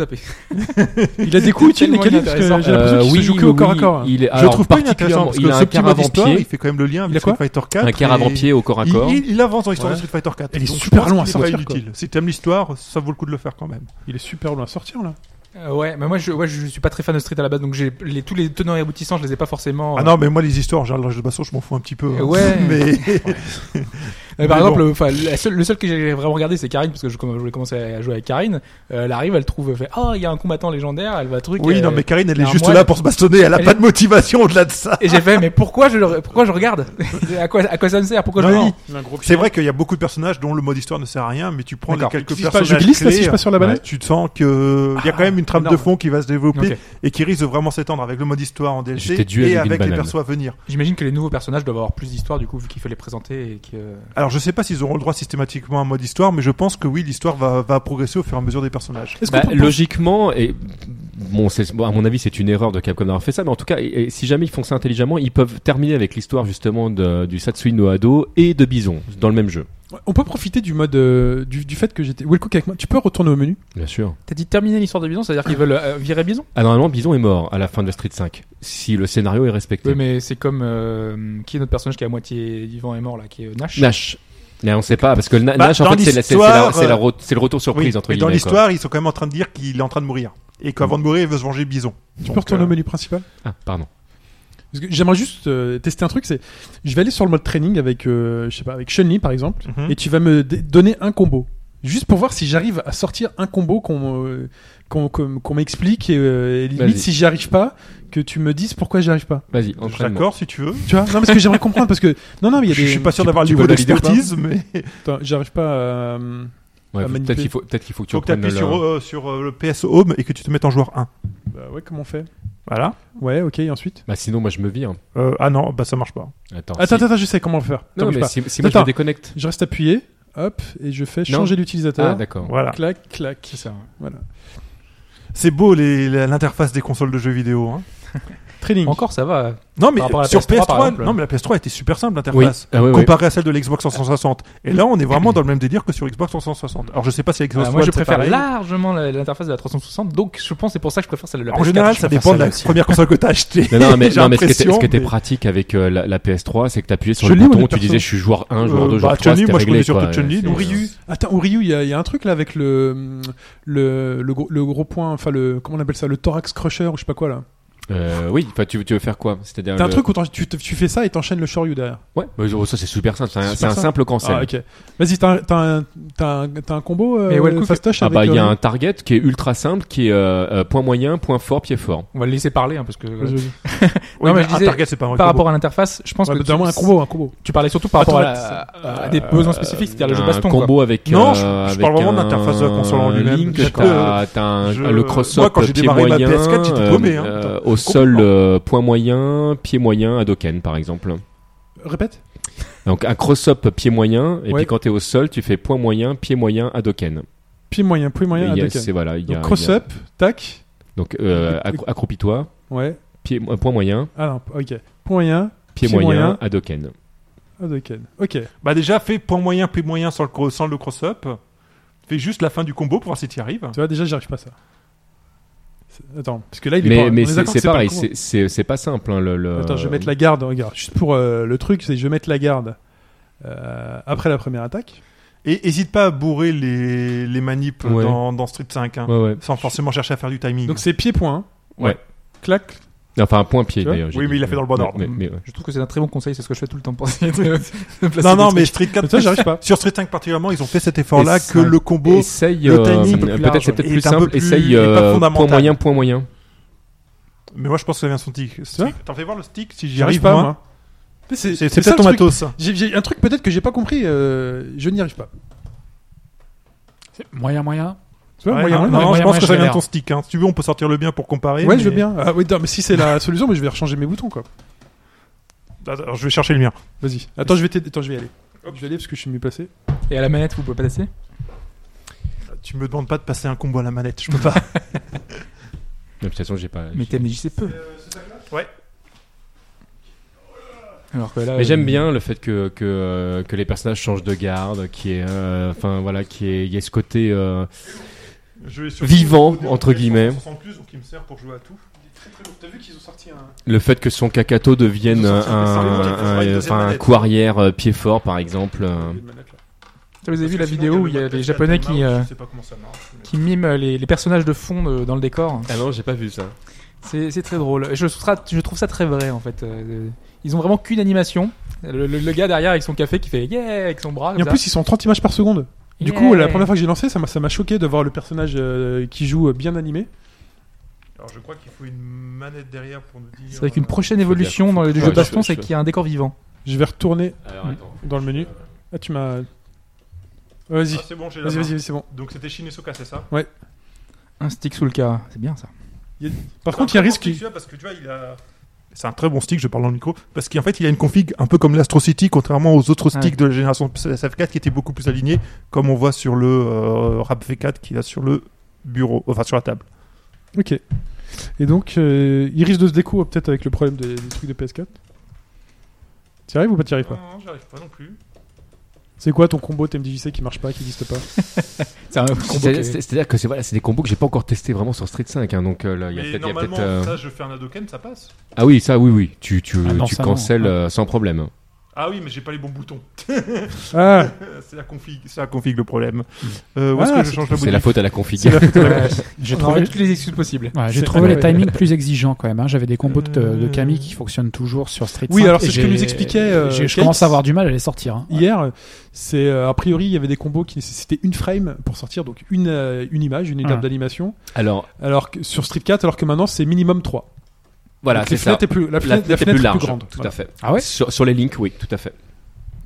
Speaker 4: zappé.
Speaker 1: Il a des coups utiles
Speaker 4: Tellement
Speaker 1: Nekali parce que j'ai
Speaker 4: inintéressant.
Speaker 1: l'impression
Speaker 3: Euh,
Speaker 1: qu'il se
Speaker 3: oui,
Speaker 1: joue que
Speaker 3: oui,
Speaker 1: au corps à
Speaker 3: oui,
Speaker 1: corps. hein.
Speaker 3: Il est,
Speaker 2: je le
Speaker 3: alors,
Speaker 2: trouve pas inintéressant,
Speaker 3: particulièrement,
Speaker 2: parce
Speaker 3: il
Speaker 2: que
Speaker 3: a
Speaker 2: ce
Speaker 3: un
Speaker 2: petit
Speaker 3: quart
Speaker 2: mode d'histoire,
Speaker 3: avant-pied,
Speaker 2: il fait quand même le lien
Speaker 1: Il a
Speaker 2: avec
Speaker 1: quoi
Speaker 2: Street Fighter 4.
Speaker 3: un quart
Speaker 2: et-
Speaker 3: avant-pied au corps à corps.
Speaker 2: Il, il- il avance dans l'histoire
Speaker 1: Ouais.
Speaker 2: de Street Fighter 4.
Speaker 1: Elle est
Speaker 2: Donc, je
Speaker 1: super
Speaker 2: pense
Speaker 1: loin à
Speaker 2: qu'il est
Speaker 1: sortir,
Speaker 2: pas inutile. Si t'aimes l'histoire, ça vaut le coup de le faire quand même.
Speaker 1: Il est super loin à sortir là.
Speaker 4: Euh, ouais, mais moi je, ouais, je suis pas très fan de Street à la base, donc j'ai les, tous les tenants et aboutissants, je les ai pas forcément.
Speaker 2: Ah non, mais moi, les histoires, en général, le jeu de baston, je m'en fous un petit peu.
Speaker 4: Euh,
Speaker 2: hein.
Speaker 4: ouais.
Speaker 2: Mais
Speaker 4: Euh, par
Speaker 2: Mais
Speaker 4: exemple,
Speaker 2: bon.
Speaker 4: le- enfin, la seule- le seul que j'ai vraiment regardé, c'est Karine, parce que je, comme je voulais commencer à jouer avec Karine. Euh, elle arrive, elle trouve, elle fait, ah, il y a un combattant légendaire, elle va truc.
Speaker 2: Oui,
Speaker 4: euh,
Speaker 2: non, mais Karine, elle
Speaker 4: il y
Speaker 2: est
Speaker 4: a un
Speaker 2: juste
Speaker 4: moine.
Speaker 2: là pour se bastonner. Elle a
Speaker 4: Elle
Speaker 2: pas
Speaker 4: est-
Speaker 2: de motivation au-delà de ça.
Speaker 4: Et j'ai fait, mais pourquoi je, le- pourquoi je regarde à quoi, à quoi ça me sert Pourquoi je
Speaker 2: Non,
Speaker 4: le
Speaker 2: non.
Speaker 4: lis
Speaker 2: C'est vrai qu'il y a beaucoup de personnages dont le mode histoire ne sert à rien, mais tu prends les
Speaker 4: D'accord.
Speaker 2: quelques
Speaker 1: Si je passe-
Speaker 2: personnages
Speaker 1: je glisse là
Speaker 2: clés,
Speaker 1: si je passe sur la banane.
Speaker 2: ouais, tu te sens que il y a quand même une trame de
Speaker 4: Ah, énorme.
Speaker 2: fond qui va se développer
Speaker 4: Ok.
Speaker 2: et qui risque de vraiment s'étendre avec le mode histoire en DLC
Speaker 3: J'étais dû
Speaker 2: et
Speaker 3: avec une
Speaker 2: avec les
Speaker 3: banane.
Speaker 2: persos à venir.
Speaker 4: J'imagine que les nouveaux personnages doivent avoir plus d'histoire, du coup, vu qu'il faut les présenter et que.
Speaker 2: Alors je sais pas s'ils auront le droit systématiquement à un mode histoire, mais je pense que oui, l'histoire va, va progresser au fur et à mesure des personnages.
Speaker 1: Est-ce qu'on
Speaker 3: Bah,
Speaker 1: peut-
Speaker 3: logiquement, et bon, c'est- bon, à mon avis, c'est une erreur de Capcom d'avoir fait ça, mais en tout cas, et- et si jamais ils font ça intelligemment, ils peuvent terminer avec l'histoire justement de- du Satsui no Ado et de Bison dans le même jeu.
Speaker 1: on peut profiter du mode euh, du, du fait que j'étais Wilcook avec moi. Tu peux retourner au menu
Speaker 3: Bien sûr.
Speaker 4: T'as dit terminer l'histoire de Bison, c'est-à-dire qu'ils veulent euh, virer Bison
Speaker 3: Ah, normalement, Bison est mort à la fin de Street 5, si le scénario est respecté.
Speaker 4: Oui, mais c'est comme euh, qui est notre personnage qui est à moitié vivant et mort là, qui est euh, Nash.
Speaker 3: Nash. Mais on sait pas, parce que le Na-
Speaker 2: Bah,
Speaker 3: Nash, en
Speaker 2: dans
Speaker 3: fait, c'est la- c'est- c'est la-
Speaker 2: l'histoire,
Speaker 3: c'est la
Speaker 2: euh,
Speaker 3: re- c'est le retour surprise,
Speaker 2: Oui,
Speaker 3: entre
Speaker 2: mais
Speaker 3: guillemets.
Speaker 2: dans
Speaker 3: quoi.
Speaker 2: l'histoire, ils sont quand même en train de dire qu'il est en train de mourir et qu'avant de mourir, il veut se venger Bison.
Speaker 1: Tu peux
Speaker 2: euh,
Speaker 1: retourner au menu principal
Speaker 3: Ah, pardon.
Speaker 1: Parce que j'aimerais juste euh, tester un truc, c'est je vais aller sur le mode training avec euh, je sais pas avec Chun-Li par exemple
Speaker 2: Mhm.
Speaker 1: et tu vas me dé- donner un combo. Juste pour voir si j'arrive à sortir un combo qu'on euh, qu'on qu'on- qu'on m'explique et, euh, et limite
Speaker 3: Vas-y.
Speaker 1: si j'y arrive pas que tu me dises pourquoi j'y arrive pas.
Speaker 3: Vas-y, entraînement.
Speaker 2: D'accord, si tu veux.
Speaker 1: Tu vois Non parce que j'aimerais comprendre parce que non non, mais il y a
Speaker 2: Je
Speaker 1: des
Speaker 2: suis pas sûr d'avoir le
Speaker 1: tu
Speaker 2: niveau
Speaker 1: peux valider ou pas
Speaker 2: d'expertise, mais
Speaker 1: Attends, j'arrive pas à euh,
Speaker 3: Ouais,
Speaker 1: Ah,
Speaker 3: faut-
Speaker 1: manipuler.
Speaker 3: Peut-être qu'il faut, peut-être qu'il faut que tu
Speaker 2: faut que t'appuies
Speaker 3: reprennes le-
Speaker 2: sur, euh, sur euh, le PS Home et que tu te mettes en joueur 1.
Speaker 1: bah ouais, comment on fait
Speaker 2: Voilà.
Speaker 1: Ouais, OK, et ensuite
Speaker 3: Bah, sinon, moi, je me vire.
Speaker 2: Euh, ah non, bah ça marche pas.
Speaker 3: Attends.
Speaker 1: Attends,
Speaker 3: si-
Speaker 1: attends, je sais comment le faire.
Speaker 3: Non,
Speaker 1: T'en bouge
Speaker 3: mais
Speaker 1: pas.
Speaker 3: si, si moi, je
Speaker 1: Attends.
Speaker 3: me déconnecte.
Speaker 1: Je reste appuyé, hop, et je fais
Speaker 3: Non.
Speaker 1: changer l'utilisateur.
Speaker 3: Ah, d'accord.
Speaker 2: Voilà.
Speaker 1: clac, clac.
Speaker 4: C'est ça. ouais.
Speaker 2: C'est beau les- la- l'interface des consoles de jeux vidéo. Hein.
Speaker 1: Trading.
Speaker 4: Encore, ça va.
Speaker 2: Non, mais
Speaker 4: Par rapport à la
Speaker 2: sur
Speaker 4: PS3, par
Speaker 2: PS3,
Speaker 4: exemple.
Speaker 2: non, mais la PS3 était super simple
Speaker 3: Oui.
Speaker 2: l'interface.
Speaker 3: Ah, ouais, ouais.
Speaker 2: Comparé à celle de l'Xbox 360. Et là, on est vraiment dans le même délire que sur Xbox 360. Alors, je sais pas si la Xbox
Speaker 4: Ah, moi, je
Speaker 2: One, c'est
Speaker 4: préfère
Speaker 2: pareil.
Speaker 4: largement la- l'interface de la 360. Donc, je pense que c'est pour ça que je préfère celle de la
Speaker 2: En
Speaker 4: PS4.
Speaker 2: général, ça
Speaker 5: préfère
Speaker 2: dépend de la
Speaker 5: celle-là aussi.
Speaker 2: première console que t'as achetée.
Speaker 3: Non, non, mais,
Speaker 2: J'ai
Speaker 3: non, mais ce qui était,
Speaker 2: l'impression,
Speaker 3: ce qui était
Speaker 2: mais-
Speaker 3: pratique avec euh, la, la PS3, c'est que t'appuyais sur
Speaker 2: Je
Speaker 3: le
Speaker 2: l'ai,
Speaker 3: bouton,
Speaker 2: moi,
Speaker 3: tu disais je suis joueur 1, joueur
Speaker 2: Euh,
Speaker 3: 2,
Speaker 2: bah,
Speaker 3: joueur 3.
Speaker 2: Chun-Li,
Speaker 3: c'était
Speaker 2: moi, je
Speaker 3: réglé,
Speaker 2: connais surtout
Speaker 3: quoi. euh,
Speaker 2: Chun-Li,
Speaker 3: C'est-
Speaker 2: donc Ryu.
Speaker 1: Attends, au Ryu, il y, a- il y a un truc là avec le, le, le, gros- le gros point, enfin le, comment on appelle ça, le thorax crusher ou je sais pas quoi là.
Speaker 3: Euh, oui, enfin, tu, tu veux faire quoi C'est-à-dire.
Speaker 1: T'as un
Speaker 3: Euh, le-
Speaker 1: truc où t'en- tu, te- tu fais ça et t'enchaînes le Shoryu derrière.
Speaker 3: Ouais, mais oh, ça c'est super simple, c'est un,
Speaker 1: Super
Speaker 3: c'est un
Speaker 1: simple.
Speaker 3: simple cancel.
Speaker 1: Ah, ok. Vas-y, t'as un, t'as un, t'as un, t'as un combo euh,
Speaker 4: Mais ouais, le coup,
Speaker 1: fast touch
Speaker 3: Ah
Speaker 1: avec.
Speaker 3: bah il y a
Speaker 1: euh,
Speaker 3: un target qui est ultra simple, qui est euh, euh, point moyen, point fort, pied fort.
Speaker 4: On va le laisser parler, hein, parce que.
Speaker 1: vas-y, vas-y.
Speaker 2: Oui,
Speaker 4: Non, mais
Speaker 2: mais
Speaker 4: je
Speaker 2: un
Speaker 4: disais,
Speaker 2: target, c'est pas un
Speaker 4: Par
Speaker 2: combo.
Speaker 4: rapport à l'interface, je pense
Speaker 1: Ouais,
Speaker 4: que
Speaker 1: bah, donne-moi
Speaker 4: tu,
Speaker 1: un combo, un
Speaker 2: hein.
Speaker 1: combo.
Speaker 4: tu parlais surtout par
Speaker 2: Ah,
Speaker 4: rapport à,
Speaker 1: Attends,
Speaker 2: euh,
Speaker 4: à des besoins spécifiques, c'est-à-dire le jeu
Speaker 3: Un
Speaker 4: de baston. quoi.
Speaker 3: combo avec.
Speaker 2: Non,
Speaker 3: euh,
Speaker 2: je- je
Speaker 3: avec
Speaker 2: parle vraiment de
Speaker 3: un
Speaker 2: l'interface de la console en lui-même.
Speaker 3: Link,
Speaker 2: Je-
Speaker 3: t'as t'as un-
Speaker 2: je-
Speaker 3: le cross-up.
Speaker 2: moi, quand j'ai
Speaker 3: pied
Speaker 2: démarré ma
Speaker 3: moyen,
Speaker 2: PS4, j'étais
Speaker 3: euh,
Speaker 2: paumé, hein.
Speaker 3: euh, au sol, euh, point moyen, pied moyen, Hadoken par exemple.
Speaker 1: Répète.
Speaker 3: Donc un cross-up pied moyen, et
Speaker 1: Ouais.
Speaker 3: puis quand t'es au sol, tu fais point moyen, pied moyen, Hadoken.
Speaker 1: Pied moyen, pied moyen,
Speaker 3: Il y a-
Speaker 1: Hadouken.
Speaker 3: c'est- voilà, il y a-
Speaker 1: Donc cross
Speaker 3: il y a-
Speaker 1: up, tac.
Speaker 3: Donc euh, accro- accroupis-toi,
Speaker 1: Ouais.
Speaker 3: pied, euh, point moyen,
Speaker 1: Ah non, ok. Point moyen,
Speaker 3: pied,
Speaker 1: Pied
Speaker 3: moyen,
Speaker 1: moyen.
Speaker 3: Hadoken.
Speaker 1: Hadouken. Ok.
Speaker 2: Bah, déjà, fais point moyen, pied moyen sans le, cro- sans le cross-up. Fais juste la fin du combo pour voir si t'y arrives.
Speaker 1: Tu vois, déjà, j'arrive pas à ça. C'est- Attends, parce que là, il est
Speaker 3: Mais,
Speaker 1: pas.
Speaker 3: mais
Speaker 1: on est
Speaker 3: c'est
Speaker 1: d'accord que
Speaker 3: c'est
Speaker 1: pas
Speaker 3: pareil,
Speaker 1: le combo.
Speaker 3: c'est- c'est c'est pas simple. hein, le, le-
Speaker 1: Attends, je vais mettre la garde, regarde. Juste pour euh, le truc, c'est je vais mettre la garde euh, après la première attaque.
Speaker 2: Et hésite pas à bourrer les, les manips
Speaker 3: Ouais.
Speaker 2: dans, dans Street 5, hein,
Speaker 3: Ouais, ouais.
Speaker 2: sans forcément chercher à faire du timing.
Speaker 1: Donc c'est pied-point.
Speaker 3: Ouais.
Speaker 1: Clac.
Speaker 3: Enfin, un point pied
Speaker 1: Tu vois
Speaker 3: d'ailleurs. j'ai
Speaker 2: Oui,
Speaker 3: dit.
Speaker 2: mais il l'a fait dans le bon
Speaker 3: Mais-
Speaker 2: ordre.
Speaker 3: mais- mais ouais.
Speaker 4: Je trouve que c'est un très bon conseil, c'est ce que je fais tout le temps pour essayer de, de placer
Speaker 2: non,
Speaker 4: des
Speaker 2: non,
Speaker 4: trucs.
Speaker 2: mais Street 4,
Speaker 1: Mais toi, j'arrive pas.
Speaker 2: sur Street 5 particulièrement, ils ont fait cet effort-là
Speaker 3: Et
Speaker 2: que
Speaker 3: cinq.
Speaker 2: le combo.
Speaker 3: Essaye,
Speaker 2: le
Speaker 3: euh,
Speaker 2: timing est un peu plus
Speaker 3: peut-être
Speaker 2: large.
Speaker 3: c'est peut-être
Speaker 2: Et
Speaker 3: plus
Speaker 2: est un peu
Speaker 3: simple.
Speaker 2: plus-
Speaker 3: Essaye
Speaker 2: et pas
Speaker 3: euh, point
Speaker 2: fondamental.
Speaker 3: moyen, point moyen.
Speaker 2: Mais moi, je pense que ça vient de son tic.
Speaker 1: vois
Speaker 2: T'en fais voir le stick si j'y
Speaker 1: J'arrive
Speaker 2: arrive
Speaker 1: pas,
Speaker 2: pas.
Speaker 1: moi. C'est c'est
Speaker 2: C'est peut-être
Speaker 1: ça
Speaker 2: ton
Speaker 1: le truc.
Speaker 2: matos.
Speaker 1: J'ai j'ai un truc peut-être que j'ai pas compris. euh, je n'y arrive pas.
Speaker 5: C'est
Speaker 1: hein.
Speaker 5: Moyen, moyen.
Speaker 1: Tu vois,
Speaker 2: Ouais,
Speaker 1: moyen,
Speaker 2: non,
Speaker 1: moyen.
Speaker 2: non,
Speaker 5: moyen,
Speaker 2: je pense
Speaker 5: moyen,
Speaker 2: que ça vient de
Speaker 5: galère.
Speaker 2: ton stick. hein. Si tu veux, on peut sortir le bien pour comparer.
Speaker 1: ouais,
Speaker 2: mais-
Speaker 1: je veux bien. Ah oui, non, mais si c'est la solution, mais je vais rechanger mes boutons, quoi.
Speaker 2: Alors, je vais chercher le mien.
Speaker 1: Vas-y. Attends, je vais t'aider. Attends, je vais y aller. Je vais aller parce que je suis mieux placé.
Speaker 4: Et à la manette, vous pouvez pas passer
Speaker 2: Tu me demandes pas de passer un combo à la manette, je peux pas.
Speaker 3: De toute façon, j'ai pas.
Speaker 4: Mais TMDJ, c'est peu.
Speaker 2: Ouais.
Speaker 4: Alors que là.
Speaker 3: Mais j'aime
Speaker 4: euh,
Speaker 3: bien le fait que, que, euh, que les personnages changent de garde, qui est euh, enfin voilà, qui est il y a ce côté euh,
Speaker 2: Je vais sur-
Speaker 3: Vivant, entre guillemets.
Speaker 2: 360 plus, donc il me sert pour jouer à tout.
Speaker 1: T'as vu qu'ils ont sorti un.
Speaker 3: le fait que son Kakato devienne
Speaker 2: Ils ont
Speaker 3: un,
Speaker 2: sorti un dessin animé, ils ont
Speaker 3: un,
Speaker 2: fait une
Speaker 3: un,
Speaker 2: deuxième
Speaker 3: enfin, un
Speaker 2: manette.
Speaker 3: couarrière euh, pied fort par exemple. euh.
Speaker 4: Vous avez vu la vidéo où il y a les Japonais qui, euh,
Speaker 2: Je sais pas comment ça marche. mais-
Speaker 4: qui miment les, les personnages de fond euh, dans le décor
Speaker 3: Ah non, j'ai pas vu ça.
Speaker 4: C'est c'est très drôle. Et Je trouve, ça, je trouve ça très vrai en fait. Euh, Ils ont vraiment qu'une animation. Le, le- le gars derrière avec son café qui fait yeah avec son bras.
Speaker 1: Et en
Speaker 4: comme ça.
Speaker 1: plus, ils sont 30 images par seconde. Du
Speaker 4: Ah, bah. Yeah.
Speaker 1: coup, la première fois que j'ai lancé, ça m'a ça m'a choqué de voir le personnage euh, qui joue euh, bien animé.
Speaker 2: Alors je crois qu'il faut une manette derrière pour nous dire.
Speaker 4: C'est vrai qu'une
Speaker 2: euh,
Speaker 4: prochaine
Speaker 3: faut
Speaker 4: évolution
Speaker 3: gaffe,
Speaker 4: dans
Speaker 3: faut-
Speaker 4: le jeu
Speaker 3: ouais,
Speaker 4: de baston,
Speaker 3: je- je-
Speaker 4: c'est qu'il y a un décor vivant.
Speaker 1: Je vais retourner
Speaker 2: Hmm.
Speaker 3: Alors attends.
Speaker 1: dans le menu. Ah, tu m'as. Vas-y.
Speaker 2: Ah, c'est bon, j'ai la
Speaker 1: Vas-y,
Speaker 2: main.
Speaker 1: vas-y, c'est bon.
Speaker 2: Donc c'était Shinesoka, c'est ça
Speaker 4: Un stick sous le cas, c'est bien ça.
Speaker 1: Par contre, il y a
Speaker 2: un très bon
Speaker 1: risque.
Speaker 2: stick, celui-là, parce que tu vois, il a. C'est un très bon stick, je parle dans le micro, parce qu'en fait, il a une config un peu comme l'Astro City, contrairement aux autres
Speaker 4: Ah
Speaker 2: sticks de la génération SF4 qui étaient beaucoup plus alignés, comme on voit sur le euh, Rap V4 qu'il a sur le bureau, enfin sur la table.
Speaker 1: Ok. Et donc, euh, il risque de se découvrir peut-être avec le problème des, des trucs de PS4. T'y arrives ou pas t'y arrives pas
Speaker 2: non, j'arrive pas non plus.
Speaker 1: C'est quoi ton combo TMDJC qui marche pas, qui existe pas
Speaker 4: C'est un combo qui
Speaker 3: C'est-
Speaker 4: est-
Speaker 3: c'est- C'est-à-dire que c'est voilà, c'est des combos que j'ai pas encore testé vraiment sur Street 5. hein, donc euh, là, il y a
Speaker 2: Mais
Speaker 3: peut-être. il y a
Speaker 2: normalement,
Speaker 3: peut-être, euh,
Speaker 2: ça, je fais un Hadoken, ça passe.
Speaker 3: Ah oui, ça, oui, oui. Tu, tu,
Speaker 5: Ah non,
Speaker 3: tu
Speaker 5: ça, non.
Speaker 3: cancelles euh, sans problème.
Speaker 2: Ah oui, mais j'ai pas les bons boutons.
Speaker 1: Ah
Speaker 2: c'est la config, c'est la config le problème. Euh, où est-ce
Speaker 1: Ah,
Speaker 2: que je change la
Speaker 3: Mm. C'est
Speaker 2: boutique
Speaker 3: la faute à la config.
Speaker 4: Ouais,
Speaker 5: J'ai
Speaker 4: on aurait
Speaker 5: trouvé,
Speaker 4: toutes les excuses possibles.
Speaker 5: ouais, j'ai
Speaker 1: C'est-
Speaker 5: trouvé
Speaker 1: ouais,
Speaker 5: les
Speaker 1: ouais.
Speaker 5: timings plus exigeants quand même. hein. J'avais des combos de, de Camille qui fonctionnent toujours sur Street
Speaker 1: Oui,
Speaker 5: 5,
Speaker 1: alors
Speaker 5: et
Speaker 1: c'est ce que
Speaker 5: j'ai-
Speaker 1: nous expliquait, euh,
Speaker 5: j'ai- je
Speaker 1: Kate.
Speaker 5: commence à avoir du mal à les sortir. hein.
Speaker 1: Hier, euh, c'est euh, a priori, il y avait des combos qui nécessitaient une frame pour sortir, donc une, euh, une image, une
Speaker 3: Hum.
Speaker 1: étape
Speaker 5: Ah.
Speaker 1: d'animation.
Speaker 3: Alors,
Speaker 1: Alors que sur Street 4, alors que maintenant c'est minimum 3.
Speaker 3: voilà,
Speaker 1: donc, les
Speaker 3: c'est ça.
Speaker 1: fenêtres est plus, la,
Speaker 3: La
Speaker 1: fenêtre, la
Speaker 3: fenêtre est
Speaker 1: fenêtre
Speaker 3: plus
Speaker 1: est
Speaker 3: large.
Speaker 1: grande.
Speaker 3: tout
Speaker 1: Voilà.
Speaker 3: à fait.
Speaker 5: Ah ouais
Speaker 3: sur, sur les links, oui, tout à fait.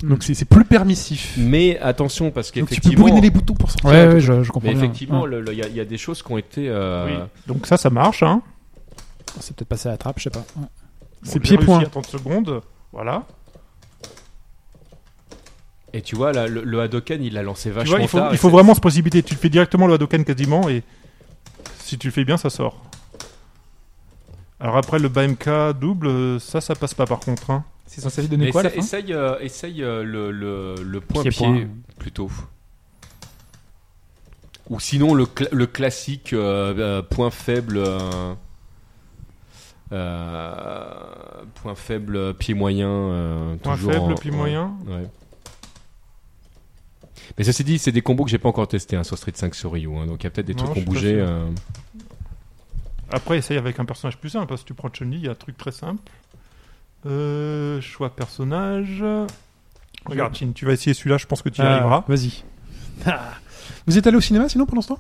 Speaker 1: Donc c'est c'est plus permissif.
Speaker 3: Mais attention, parce
Speaker 1: Donc tu peux brûner
Speaker 3: qu'effectivement.
Speaker 1: les boutons pour sortir.
Speaker 5: Ouais, ouais, je, je comprends.
Speaker 3: Mais
Speaker 5: bien.
Speaker 3: effectivement,
Speaker 5: Ouais.
Speaker 3: le- le- il y, a- il y a des choses qui ont été. euh,
Speaker 2: Donc ça, ça marche. Hein.
Speaker 5: c'est peut-être passé à la trappe, je sais pas. Ouais.
Speaker 1: C'est
Speaker 2: j'ai
Speaker 1: pied-point.
Speaker 2: réussi à 30 secondes. Voilà.
Speaker 3: Et tu vois, là, le, le Hadoken, il l'a lancé
Speaker 2: Tu
Speaker 3: vachement
Speaker 2: vois, il faut,
Speaker 3: tard.
Speaker 2: il
Speaker 3: et
Speaker 2: faut
Speaker 3: c'est-
Speaker 2: vraiment se précipiter. Tu le fais directement le Hadoken quasiment et si tu le fais bien, ça sort. Alors après le BMK double, euh, ça ça passe pas par contre. hein.
Speaker 4: C'est censé lui donner quoi à la fin
Speaker 3: Essaye, euh, essaye, euh, le, le- le point pied,
Speaker 5: Pied, point.
Speaker 3: plutôt. Ou sinon le, cla- le classique euh, euh, point faible. euh, euh, point faible, pied moyen. euh,
Speaker 2: Point
Speaker 3: toujours
Speaker 2: faible,
Speaker 3: en-
Speaker 2: puis
Speaker 3: ouais.
Speaker 2: moyen.
Speaker 3: Ouais. Mais ceci dit, c'est des combos que j'ai pas encore testé hein, sur Street 5 sur Ryu, hein, donc il y a peut-être des
Speaker 2: Non,
Speaker 3: trucs
Speaker 2: je
Speaker 3: qui ont
Speaker 2: suis pas
Speaker 3: bougé.
Speaker 2: sûr.
Speaker 3: euh.
Speaker 2: Après essaye avec un personnage plus simple, parce que tu prends Chun-Li, il y a un truc très simple. Euh, choix personnage. Regarde, Chin, tu vas essayer celui-là, je pense que tu y
Speaker 3: Euh,
Speaker 1: Ah,
Speaker 2: arriveras.
Speaker 1: Vas-y. Vous êtes allé au cinéma sinon pendant ce temps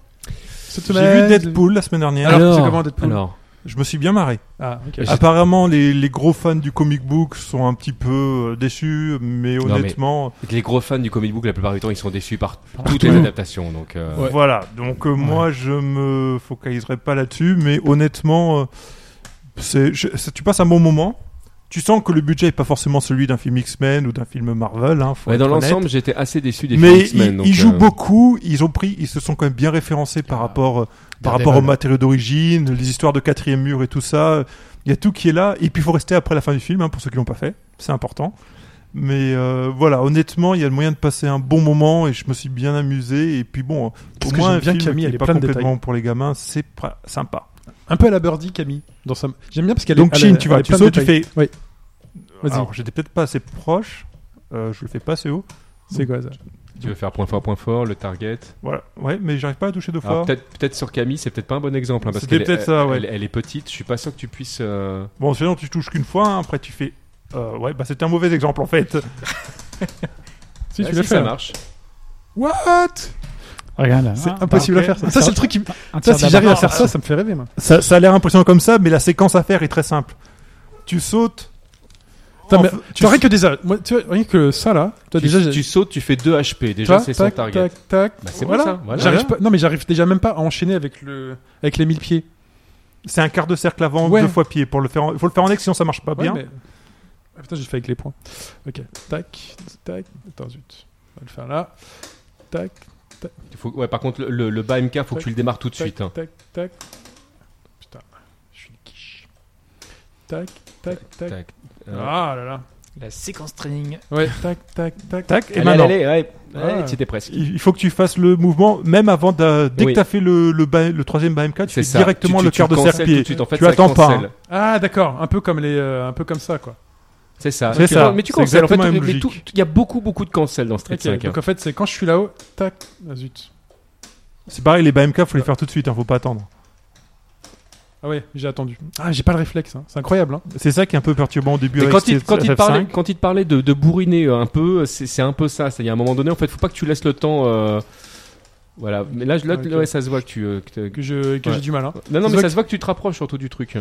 Speaker 1: Cette
Speaker 2: J'ai vu
Speaker 1: semaine-
Speaker 2: Deadpool la semaine dernière.
Speaker 1: Alors, c'est comment Deadpool
Speaker 3: alors,
Speaker 2: Je me suis bien marré.
Speaker 1: Ah, ok.
Speaker 3: Et
Speaker 2: Apparemment, les, les gros fans du comic book sont un petit peu euh, déçus, mais
Speaker 3: mais-
Speaker 2: honnêtement, euh,
Speaker 3: les gros fans du comic book, la plupart du temps, ils sont déçus par toutes
Speaker 1: Partout.
Speaker 3: les adaptations. Donc, euh,
Speaker 1: Ouais.
Speaker 2: voilà. Donc euh, moi, je me focaliserai pas là-dessus, mais honnêtement, euh, c'est, je- c'est- tu passes un bon moment. Tu sens que le budget est pas forcément celui d'un film X-Men ou d'un film Marvel. Hein, faut
Speaker 3: Ouais, dans
Speaker 2: être honnête.
Speaker 3: l'ensemble, j'étais assez déçu des
Speaker 2: Mais
Speaker 3: films X-Men.
Speaker 2: ils,
Speaker 3: donc,
Speaker 2: ils jouent
Speaker 3: euh,
Speaker 2: beaucoup. Ils ont pris, ils se sont quand même bien référencés par
Speaker 5: Ah.
Speaker 2: rapport euh, par
Speaker 5: Daredevil.
Speaker 2: rapport aux matériaux d'origine, les histoires de quatrième mur et tout ça. Il y a tout qui est là. Et puis il faut rester après la fin du film, hein, pour ceux qui l'ont pas fait. C'est important. Mais euh, voilà, honnêtement, il y a le moyen de passer un bon moment et je me suis bien amusé. Et puis bon,
Speaker 1: Qu'est-ce
Speaker 2: au
Speaker 1: que
Speaker 2: moins
Speaker 1: j'aime
Speaker 2: un
Speaker 1: bien
Speaker 2: film
Speaker 1: Camille,
Speaker 2: qui
Speaker 1: elle
Speaker 2: est
Speaker 1: est
Speaker 2: pas
Speaker 1: plein de
Speaker 2: complètement
Speaker 1: détails.
Speaker 2: pour les gamins, c'est pra- sympa.
Speaker 1: Un peu à la Birdie Camille dans sa. J'aime bien parce qu'elle
Speaker 2: Donc
Speaker 1: est. elle
Speaker 2: Chine,
Speaker 1: est-
Speaker 2: tu
Speaker 1: elle
Speaker 2: vois,
Speaker 1: est
Speaker 2: tu
Speaker 1: plein de
Speaker 2: sautes, tu Ah.
Speaker 1: détails.
Speaker 2: fais.
Speaker 1: Vas-y.
Speaker 2: Alors, j'étais peut-être pas assez proche. Euh, je le fais pas assez haut.
Speaker 1: C'est quoi ça
Speaker 3: Tu veux faire point fort, point fort, le target.
Speaker 2: Voilà. Ouais, mais j'arrive pas à toucher deux fois.
Speaker 3: Alors, Peut-être peut-être sur Camille, c'est peut-être pas un bon exemple. hein, parce
Speaker 2: C'était
Speaker 3: qu'elle est-
Speaker 2: peut-être ça,
Speaker 3: elle-
Speaker 2: ouais.
Speaker 3: elle, elle est petite, je suis pas sûr que tu puisses. euh,
Speaker 2: Bon, sinon tu touches qu'une fois. hein, après, tu fais. euh, ouais, bah c'était un mauvais exemple en fait.
Speaker 1: Si
Speaker 3: ouais,
Speaker 1: tu l'as
Speaker 3: ça
Speaker 1: fait. là.
Speaker 3: marche.
Speaker 1: What
Speaker 5: Regarde.
Speaker 1: C'est
Speaker 5: hein,
Speaker 1: impossible
Speaker 2: ok.
Speaker 1: à faire ça. Ça c'est le truc qui. me- Ça
Speaker 5: un tiers
Speaker 1: si j'arrive à
Speaker 5: d'abord. euh,
Speaker 1: faire ça, ça me fait rêver moi.
Speaker 2: Ça, ça a l'air impressionnant comme ça, mais la séquence à faire est très simple. Tu sautes.
Speaker 1: Putain,
Speaker 2: en
Speaker 1: mais
Speaker 2: f-
Speaker 1: tu aurais que des a- moi, tu vois, rien que ça là. Toi
Speaker 3: Tu,
Speaker 1: Bah, déjà j'ai-
Speaker 3: tu sautes, tu fais 2 HP. Déjà,
Speaker 1: tac,
Speaker 3: c'est son
Speaker 1: tac,
Speaker 3: target.
Speaker 1: Tac tac.
Speaker 3: Bah, c'est
Speaker 1: Voilà.
Speaker 3: bon ça. Voilà.
Speaker 1: J'arrive
Speaker 2: Voilà.
Speaker 1: pas. Non mais j'arrive déjà même pas à enchaîner avec le avec les mille pieds.
Speaker 2: C'est un quart de cercle avant,
Speaker 1: Ouais.
Speaker 2: deux fois pied. Pour le faire, en- il faut le faire en ex, sinon ça marche pas
Speaker 1: Ouais,
Speaker 2: bien.
Speaker 1: mais- Ah, putain, j'ai fait avec les points. Ok. Tac tac. Attends zut. On va le faire là. Tac
Speaker 3: Il faut- ouais, par contre, le, le, le bas MK, faut que
Speaker 1: Tac,
Speaker 3: tu le démarres tout de
Speaker 1: tac,
Speaker 3: suite. hein.
Speaker 1: Tac, tac. Putain, je suis une quiche. Tac, tac, tac.
Speaker 3: Tac. Euh,
Speaker 1: Ah là là.
Speaker 4: La séquence training.
Speaker 1: Ouais, tac, tac, tac. Eh ben,
Speaker 2: Tac, et
Speaker 3: allez,
Speaker 2: maintenant. Ah.
Speaker 3: allez, allez, ouais.
Speaker 1: Ouais.
Speaker 3: Ouais, t'y étais presque.
Speaker 2: Il il faut que tu fasses le mouvement, même avant d'a- dès
Speaker 3: Oui.
Speaker 2: que tu as fait le, le, ba- le troisième BMK, tu
Speaker 3: C'est
Speaker 2: fais
Speaker 3: ça.
Speaker 2: directement
Speaker 3: Tu- tu-
Speaker 2: le
Speaker 3: tu
Speaker 2: quart de
Speaker 3: cancelles
Speaker 2: cercle
Speaker 3: tout
Speaker 2: pied.
Speaker 3: de suite, en fait,
Speaker 2: tu
Speaker 3: ça
Speaker 2: attends pas.
Speaker 3: cancelle.
Speaker 2: hein.
Speaker 1: Ah d'accord, un peu comme les, euh, un peu comme ça quoi.
Speaker 3: C'est ça.
Speaker 2: C'est
Speaker 3: Tu-
Speaker 2: ça.
Speaker 3: Mais tu
Speaker 2: C'est
Speaker 3: cancelles. en fait,
Speaker 2: exactement la même
Speaker 3: mais tout-
Speaker 2: logique.
Speaker 3: Il y a beaucoup, beaucoup de cancel dans Street
Speaker 1: Ok,
Speaker 3: 5. hein.
Speaker 1: Donc en fait c'est quand je suis là-haut, tac, ah zut.
Speaker 2: C'est pareil, les BMK, faut les faire tout de suite, hein, faut pas attendre.
Speaker 1: Ah ouais, j'ai attendu. Ah j'ai pas le réflexe, hein. c'est incroyable. Hein.
Speaker 2: C'est ça qui est un peu perturbant au début.
Speaker 3: Mais
Speaker 2: avec
Speaker 3: quand il,
Speaker 2: ces-
Speaker 3: quand, il
Speaker 2: FF5.
Speaker 3: parlait, quand il te parlait de, de bourriner euh, un peu, c'est c'est un peu ça. C'est-à-dire, à un moment donné, en fait, faut pas que tu laisses le temps. euh, voilà. Mais là, là
Speaker 2: Ah,
Speaker 1: Ok.
Speaker 3: ouais, ça se voit que tu. euh, que
Speaker 1: Que je, que
Speaker 3: Ouais.
Speaker 1: j'ai du mal. Hein.
Speaker 3: t'as- non, non,
Speaker 1: se voit
Speaker 3: mais ça se voit que tu te rapproches surtout du truc.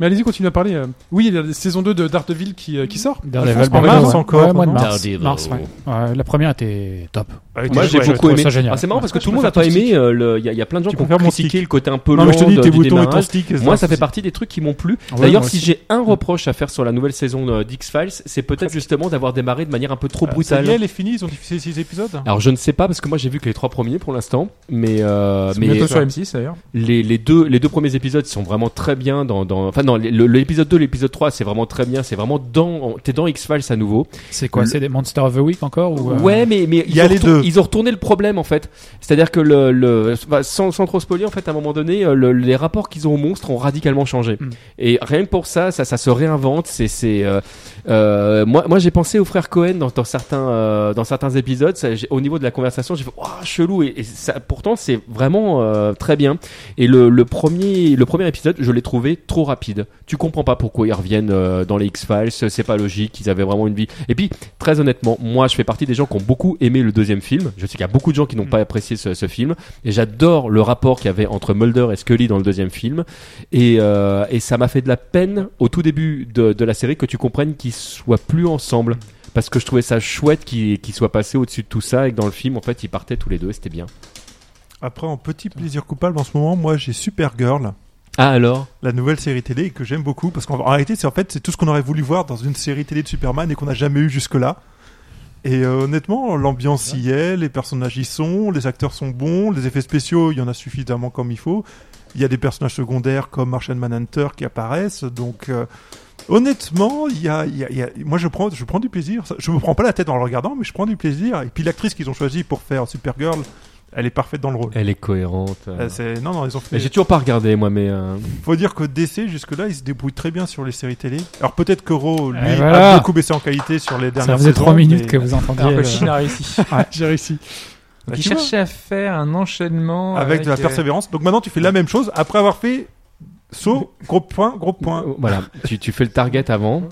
Speaker 1: Mais allez-y, continue à parler. euh. Oui, il y a la saison 2 de Daredevil qui, euh, qui sort.
Speaker 5: Daredevil,
Speaker 2: Alphonse, en
Speaker 5: Daredevil,
Speaker 2: mars
Speaker 5: ouais.
Speaker 2: encore,
Speaker 5: Ouais, mois de
Speaker 2: non
Speaker 5: mars.
Speaker 3: Daredevil.
Speaker 5: Mars, ouais. Ouais, La première était top.
Speaker 2: Ah,
Speaker 3: Moi,
Speaker 2: t'es-
Speaker 3: j'ai
Speaker 2: ouais,
Speaker 3: beaucoup
Speaker 5: trouve
Speaker 3: aimé.
Speaker 5: ça génial.
Speaker 3: Ah, c'est marrant parce que
Speaker 1: Pourquoi
Speaker 3: tout le
Speaker 1: tu
Speaker 3: monde
Speaker 1: préfères
Speaker 3: n'a pas
Speaker 1: ton
Speaker 3: aimé. euh, le- Il y, a- il y a plein de gens
Speaker 2: Tu
Speaker 3: qui ont
Speaker 2: préfères mon
Speaker 3: critiqué
Speaker 2: stick.
Speaker 3: le côté un peu euh,
Speaker 2: Non,
Speaker 3: lent
Speaker 2: mais je te dis,
Speaker 3: de-
Speaker 2: tes
Speaker 3: du
Speaker 2: boutons et ton
Speaker 3: démarrage.
Speaker 2: stick.
Speaker 3: Moi, ça fait partie des trucs qui m'ont plu.
Speaker 5: Ah Ouais,
Speaker 3: D'ailleurs,
Speaker 5: moi
Speaker 3: si
Speaker 5: aussi.
Speaker 3: j'ai un reproche à faire sur la nouvelle saison euh, d'X-Files, c'est peut-être justement d'avoir démarré de manière un peu trop
Speaker 5: Ah,
Speaker 3: brutale.
Speaker 2: Elle est finie, ils ont diffusé 6 épisodes.
Speaker 3: Alors je ne sais pas parce que moi j'ai vu que les trois premiers pour l'instant, mais euh,
Speaker 4: C'est
Speaker 3: mais
Speaker 4: Ah, bientôt sur M6 d'ailleurs.
Speaker 3: les, les deux les deux premiers épisodes sont vraiment très bien dans dans enfin non les- le- l'épisode 2 l'épisode 3 c'est vraiment très bien c'est vraiment dans t'es dans X Files à nouveau
Speaker 5: C'est quoi
Speaker 3: Le-
Speaker 5: C'est des Monster of the Week encore ou, euh,
Speaker 3: ouais mais mais
Speaker 2: Il
Speaker 3: ils
Speaker 2: y a
Speaker 3: ont
Speaker 2: les
Speaker 3: retour-
Speaker 2: deux.
Speaker 3: ils ont retourné le problème en fait c'est à dire que le, le enfin, sans sans trop spoiler en fait à un moment donné euh, le- les rapports qu'ils ont aux monstres ont radicalement changé
Speaker 2: Hmm.
Speaker 5: Mm.
Speaker 3: et rien que pour ça ça ça se réinvente c'est c'est euh, euh, moi moi j'ai pensé aux frères Cohen dans, dans certains euh, dans certains épisodes Ça, j'ai- au niveau de la conversation j'ai fait waouh chelou et, et ça pourtant c'est vraiment euh, très bien et le, le premier le premier épisode je l'ai trouvé trop rapide tu comprends pas pourquoi ils reviennent euh, dans les X Files c'est pas logique ils avaient vraiment une vie et puis très honnêtement moi je fais partie des gens qui ont beaucoup aimé le deuxième film je sais qu'il y a beaucoup de gens
Speaker 2: Mm.
Speaker 3: qui n'ont pas apprécié ce, ce film et j'adore le rapport qu'il y avait entre Mulder et Scully dans le deuxième film et, euh, et ça m'a fait de la peine au tout début de, de la série que tu comprennes qu'ils soient plus ensemble. Parce que je trouvais ça chouette qu'ils qu'ils soient passés au-dessus de tout ça et que dans le film, en fait, ils partaient tous les deux et c'était bien.
Speaker 2: Après, en petit plaisir coupable, en ce moment, moi, j'ai Supergirl,
Speaker 3: Ah alors
Speaker 2: la nouvelle série télé que j'aime beaucoup, parce qu'en en réalité, c'est en fait, c'est tout ce qu'on aurait voulu voir dans une série télé de Superman et qu'on n'a jamais eu jusque-là. Et euh, honnêtement, l'ambiance y est, les personnages y sont, les acteurs sont bons, les effets spéciaux, il y en a suffisamment comme il faut. Il y a des personnages secondaires comme Martian Manhunter qui apparaissent, donc euh, honnêtement, il y a, il y a- il y a- moi je prends, je prends du plaisir. Ça- Je me prends pas la tête en le regardant, mais je prends du plaisir. Et puis l'actrice qu'ils ont choisie pour faire Supergirl, elle est parfaite dans le rôle.
Speaker 3: Elle est cohérente.
Speaker 2: Euh, c'est- non, non, ils ont fait.
Speaker 3: Mais J'ai toujours pas regardé moi, mais euh,
Speaker 2: Faut dire que DC jusque-là, il se débrouille très bien sur les séries télé. Alors peut-être que Raw, lui,
Speaker 5: Eh voilà.
Speaker 2: a beaucoup baissé en qualité sur les
Speaker 5: Ça
Speaker 2: dernières
Speaker 5: faisait
Speaker 2: saisons,
Speaker 5: 3 minutes
Speaker 2: mais-
Speaker 5: que vous entendiez.
Speaker 4: Alors que
Speaker 5: le-
Speaker 4: Chine a réussi.
Speaker 1: J'ai réussi.
Speaker 2: Bah,
Speaker 4: Il
Speaker 2: tu vois.
Speaker 4: cherchait à faire un enchaînement
Speaker 2: avec, de la
Speaker 4: euh,
Speaker 2: persévérance. Donc maintenant, tu fais la même chose après avoir fait saut, gros point, gros point.
Speaker 3: euh, voilà, tu, tu fais le target avant.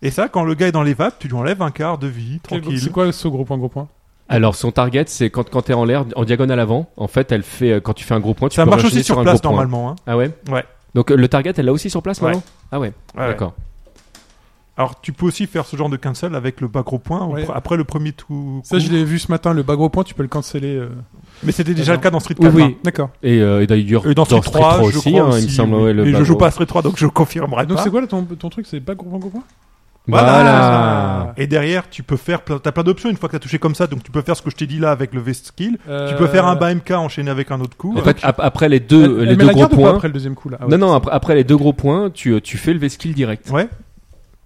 Speaker 2: Et ça, quand le gars est dans les vapes, tu lui enlèves un quart de vie,
Speaker 1: C'est
Speaker 2: tranquille.
Speaker 1: quoi ce gros point, gros point
Speaker 3: Alors son target, c'est quand quand t'es en l'air, en diagonale avant. En fait, elle fait euh, quand tu fais un gros point, tu
Speaker 2: Ça
Speaker 3: peux
Speaker 2: marche
Speaker 3: enchaîner
Speaker 2: aussi sur
Speaker 3: un
Speaker 2: place
Speaker 3: gros point.
Speaker 2: normalement. hein.
Speaker 3: Ah ouais.
Speaker 2: Ouais.
Speaker 3: Donc euh, le target, elle l'a aussi sur place
Speaker 2: Ouais.
Speaker 3: maintenant. Ah ouais.
Speaker 2: Ouais, ouais.
Speaker 3: D'accord.
Speaker 2: Alors tu peux aussi faire ce genre de cancel avec le bas gros point
Speaker 1: Ouais.
Speaker 2: pr- après le premier tout.
Speaker 1: Ça, je l'ai vu ce matin, le bas gros point, tu peux le canceller. euh.
Speaker 2: Mais c'était déjà
Speaker 1: Ah,
Speaker 2: le cas dans Street
Speaker 3: Oui,
Speaker 2: 4.
Speaker 3: oui.
Speaker 2: hein.
Speaker 1: D'accord.
Speaker 3: Et, euh, et d'ailleurs
Speaker 2: Et dans Street 3, je
Speaker 3: aussi,
Speaker 2: crois
Speaker 3: hein, il me
Speaker 2: aussi,
Speaker 3: semble.
Speaker 2: oui.
Speaker 3: ouais, le
Speaker 2: Mais je
Speaker 3: bas-
Speaker 2: joue pas à Street 3, donc je confirmerai
Speaker 1: Ah, Donc,
Speaker 2: pas.
Speaker 1: c'est quoi là, ton, ton truc C'est pas gros point, gros point
Speaker 3: Voilà.
Speaker 2: Et derrière, tu peux faire, plein- t'as plein d'options une fois que t'as touché comme ça, donc tu peux faire ce que je t'ai dit là avec le vest skill.
Speaker 1: Euh,
Speaker 2: Tu peux faire un bas MK enchaîné avec un autre coup.
Speaker 3: En fait, ap- après les
Speaker 1: Elle,
Speaker 3: deux,
Speaker 1: elle met
Speaker 3: les deux
Speaker 1: la
Speaker 3: gros
Speaker 1: garde ou pas
Speaker 3: points.
Speaker 1: après le deuxième coup là. Ah ouais.
Speaker 3: Non, non, après, après les deux gros points, tu, euh, tu fais le V-skill direct.
Speaker 2: Ouais.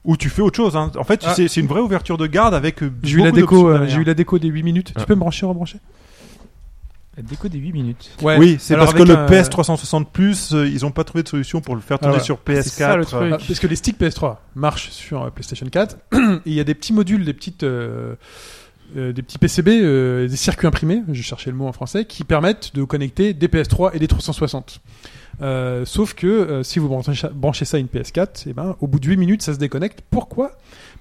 Speaker 2: Ou tu fais autre chose. hein. En fait,
Speaker 1: Ah.
Speaker 2: c'est c'est une vraie ouverture de garde avec. euh,
Speaker 1: J'ai eu, la
Speaker 2: beaucoup d'options
Speaker 1: déco, euh,
Speaker 2: derrière.
Speaker 1: j'ai eu la déco des 8 minutes.
Speaker 3: Ah.
Speaker 1: Tu peux me brancher, rebrancher
Speaker 4: La déco des 8 minutes.
Speaker 1: Ouais.
Speaker 2: Oui, c'est
Speaker 1: Alors
Speaker 2: parce que
Speaker 1: avec
Speaker 2: le
Speaker 1: un-
Speaker 2: PS 360 Plus, euh, ils ont pas trouvé de solution pour le faire tourner
Speaker 1: Ah ouais.
Speaker 2: sur PS4.
Speaker 4: C'est ça, le truc.
Speaker 2: euh,
Speaker 1: Ah, parce que les sticks PS3 marchent sur euh, PlayStation 4. et Il y a des petits modules, des petites, euh, euh, des petits PCB, euh, des circuits imprimés. Je cherchais le mot en français, qui permettent de connecter des PS3 et des 360. Euh, sauf que euh, si vous branchez, branchez ça à une PS4, et ben, au bout de 8 minutes, ça se déconnecte. Pourquoi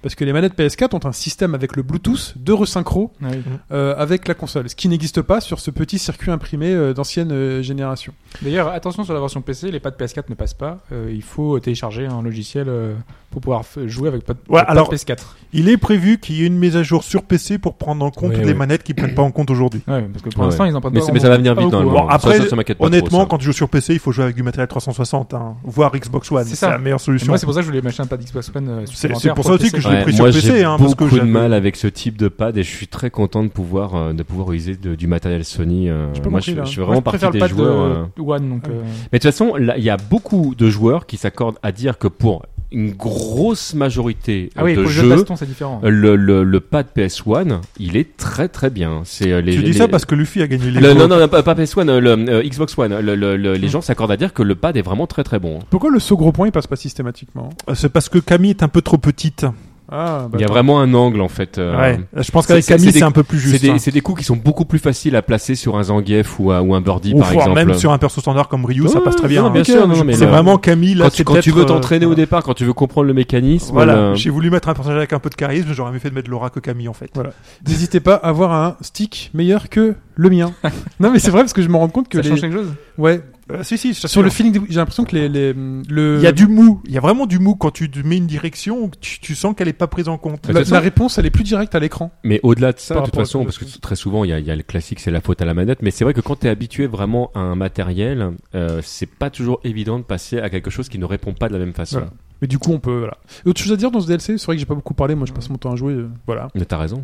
Speaker 1: Parce que les manettes PS4 ont un système avec le Bluetooth de resynchro
Speaker 4: Mm.
Speaker 1: euh, avec la console, ce qui n'existe pas sur ce petit circuit imprimé euh, d'ancienne euh, génération.
Speaker 4: D'ailleurs, attention sur la version PC, les pads PS4 ne passent pas. Euh, il faut télécharger un logiciel euh, pour pouvoir f- jouer avec pas de
Speaker 2: Ouais, alors-
Speaker 4: PS4.
Speaker 2: Il est prévu qu'il y ait une mise à jour sur PC pour prendre en compte
Speaker 3: Ouais,
Speaker 2: les
Speaker 3: ouais.
Speaker 2: manettes qui prennent pas en compte aujourd'hui.
Speaker 4: Ouais, parce que pour
Speaker 3: Ah Ouais.
Speaker 4: l'instant, ils en prennent
Speaker 3: Mais,
Speaker 4: pas.
Speaker 3: c'est- mais ça va venir vite. hein,
Speaker 4: dans
Speaker 3: normalement.
Speaker 2: Ah, Bon, après,
Speaker 3: ça, ça m'inquiète pas
Speaker 2: Honnêtement,
Speaker 3: trop, ça.
Speaker 2: quand tu joues sur PC, il faut jouer avec du matériel 360, hein, voire Xbox One.
Speaker 4: C'est
Speaker 2: C'est
Speaker 4: ça.
Speaker 2: la meilleure solution.
Speaker 4: Moi, c'est pour ça que je voulais m'acheter un pad Xbox One. euh,
Speaker 2: C'est-
Speaker 4: supplémentaire
Speaker 2: c'est pour ça aussi
Speaker 4: PC.
Speaker 2: que je l'ai
Speaker 3: Ouais,
Speaker 2: pris sur
Speaker 3: moi,
Speaker 2: PC,
Speaker 3: j'ai
Speaker 2: hein, parce que
Speaker 3: beaucoup de
Speaker 2: j'avais-
Speaker 3: mal avec ce type de pad et je suis très content de pouvoir euh, de pouvoir user de- du matériel Sony. euh,
Speaker 1: J'ai pas
Speaker 3: moi,
Speaker 1: compris,
Speaker 3: je,
Speaker 1: là.
Speaker 3: je suis
Speaker 4: Moi,
Speaker 3: vraiment
Speaker 4: je préfère
Speaker 3: partie
Speaker 4: le
Speaker 3: des
Speaker 4: pad
Speaker 3: joueurs. euh,
Speaker 4: de One, donc.
Speaker 1: Ah oui.
Speaker 4: euh,
Speaker 3: Mais de toute façon, là, il y a beaucoup de joueurs qui s'accordent à dire que pour une grosse majorité euh,
Speaker 4: Ah oui,
Speaker 3: de
Speaker 4: pour le jeu de
Speaker 3: jeux,
Speaker 4: baston, c'est différent.
Speaker 3: le, le, le pad PS1, il est très très bien. C'est euh, les,
Speaker 2: Tu
Speaker 3: les-
Speaker 2: dis ça parce que Luffy a gagné les
Speaker 3: le-
Speaker 2: gros. Hmm.
Speaker 3: non, non, non, pas, pas PS1, euh, le, euh, Xbox One. Le- le- le- les gens s'accordent à dire que le pad est vraiment très très bon.
Speaker 1: Pourquoi le saut gros point il passe pas systématiquement hein
Speaker 2: Euh, C'est parce que Camille est un peu trop petite.
Speaker 1: Ah, bah,
Speaker 3: Il y a vraiment un angle en fait. euh,
Speaker 2: Ouais. Je pense qu'avec
Speaker 3: c'est-
Speaker 2: Camille,
Speaker 3: c'est des-
Speaker 2: c'est un peu plus
Speaker 3: C'est
Speaker 2: juste. hein.
Speaker 3: des, c'est des coups qui sont beaucoup plus faciles à placer sur un Zangief ou, à- ou un Birdie
Speaker 2: Ou
Speaker 3: par
Speaker 2: voire
Speaker 3: exemple.
Speaker 2: même sur un perso standard comme Ryu, ça
Speaker 3: Ouais,
Speaker 2: passe très bien.
Speaker 3: non, bien
Speaker 2: hein.
Speaker 3: sûr, non, non, mais
Speaker 2: C'est
Speaker 3: le-
Speaker 2: vraiment Camille, là,
Speaker 3: quand, tu,
Speaker 2: c'est
Speaker 3: quand tu veux
Speaker 2: peut-être, euh,
Speaker 3: t'entraîner au départ, quand tu veux comprendre le mécanisme. euh,
Speaker 2: Voilà,
Speaker 3: le-
Speaker 2: j'ai voulu mettre un personnage avec un peu de charisme, j'aurais mieux fait de mettre Laura que Camille en fait.
Speaker 1: Voilà. N'hésitez pas à avoir un stick meilleur que le mien. non, mais c'est vrai parce que je me rends compte que
Speaker 4: Ça
Speaker 1: les-
Speaker 4: change quelque chose
Speaker 1: ouais,
Speaker 2: Euh, si si, je t'assure.
Speaker 1: sur le feeling, des- j'ai l'impression que les, les- le
Speaker 2: il y a du mou, il y a vraiment du mou quand tu te mets une direction, tu, tu sens qu'elle est pas prise en compte.
Speaker 3: De toute
Speaker 1: la,
Speaker 3: façon-
Speaker 1: la réponse elle est plus directe à l'écran.
Speaker 3: Mais au-delà de ça,
Speaker 1: Par
Speaker 3: de toute
Speaker 1: rapport à
Speaker 3: façon,
Speaker 1: ce que
Speaker 3: parce
Speaker 1: je
Speaker 3: que très souvent, il y a, il y a le classique, c'est la faute à la manette. Mais c'est vrai que quand tu es habitué vraiment à un matériel, euh, c'est pas toujours évident de passer à quelque chose qui ne répond pas de la même façon.
Speaker 1: Voilà. Mais du coup, on peut voilà. Et Autre chose à dire dans ce DLC, c'est vrai que j'ai pas beaucoup parlé. Moi, je passe mon temps à jouer. euh, voilà.
Speaker 3: Mais t'as raison.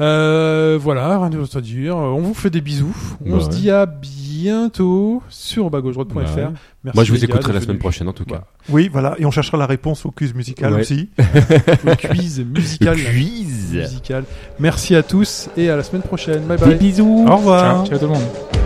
Speaker 1: Euh, voilà, rien d'autre à dire. Euh, On vous fait des bisous. On
Speaker 3: Bah
Speaker 1: se
Speaker 3: ouais.
Speaker 1: dit à bientôt sur bagauche-droite.fr.
Speaker 3: Bah ouais.
Speaker 1: Merci.
Speaker 3: Moi, je
Speaker 1: les
Speaker 3: vous
Speaker 1: gars,
Speaker 3: écouterai la
Speaker 1: d'être
Speaker 3: semaine
Speaker 1: venus.
Speaker 3: prochaine, en tout cas.
Speaker 2: Oui, voilà, et on cherchera la réponse au quiz musical
Speaker 3: Ouais.
Speaker 2: aussi.
Speaker 1: Le quiz musical.
Speaker 3: Quiz.
Speaker 1: musical. Merci à tous et à la semaine prochaine. Bye bye.
Speaker 3: bisous.
Speaker 2: Au revoir.
Speaker 4: Ciao tout le monde.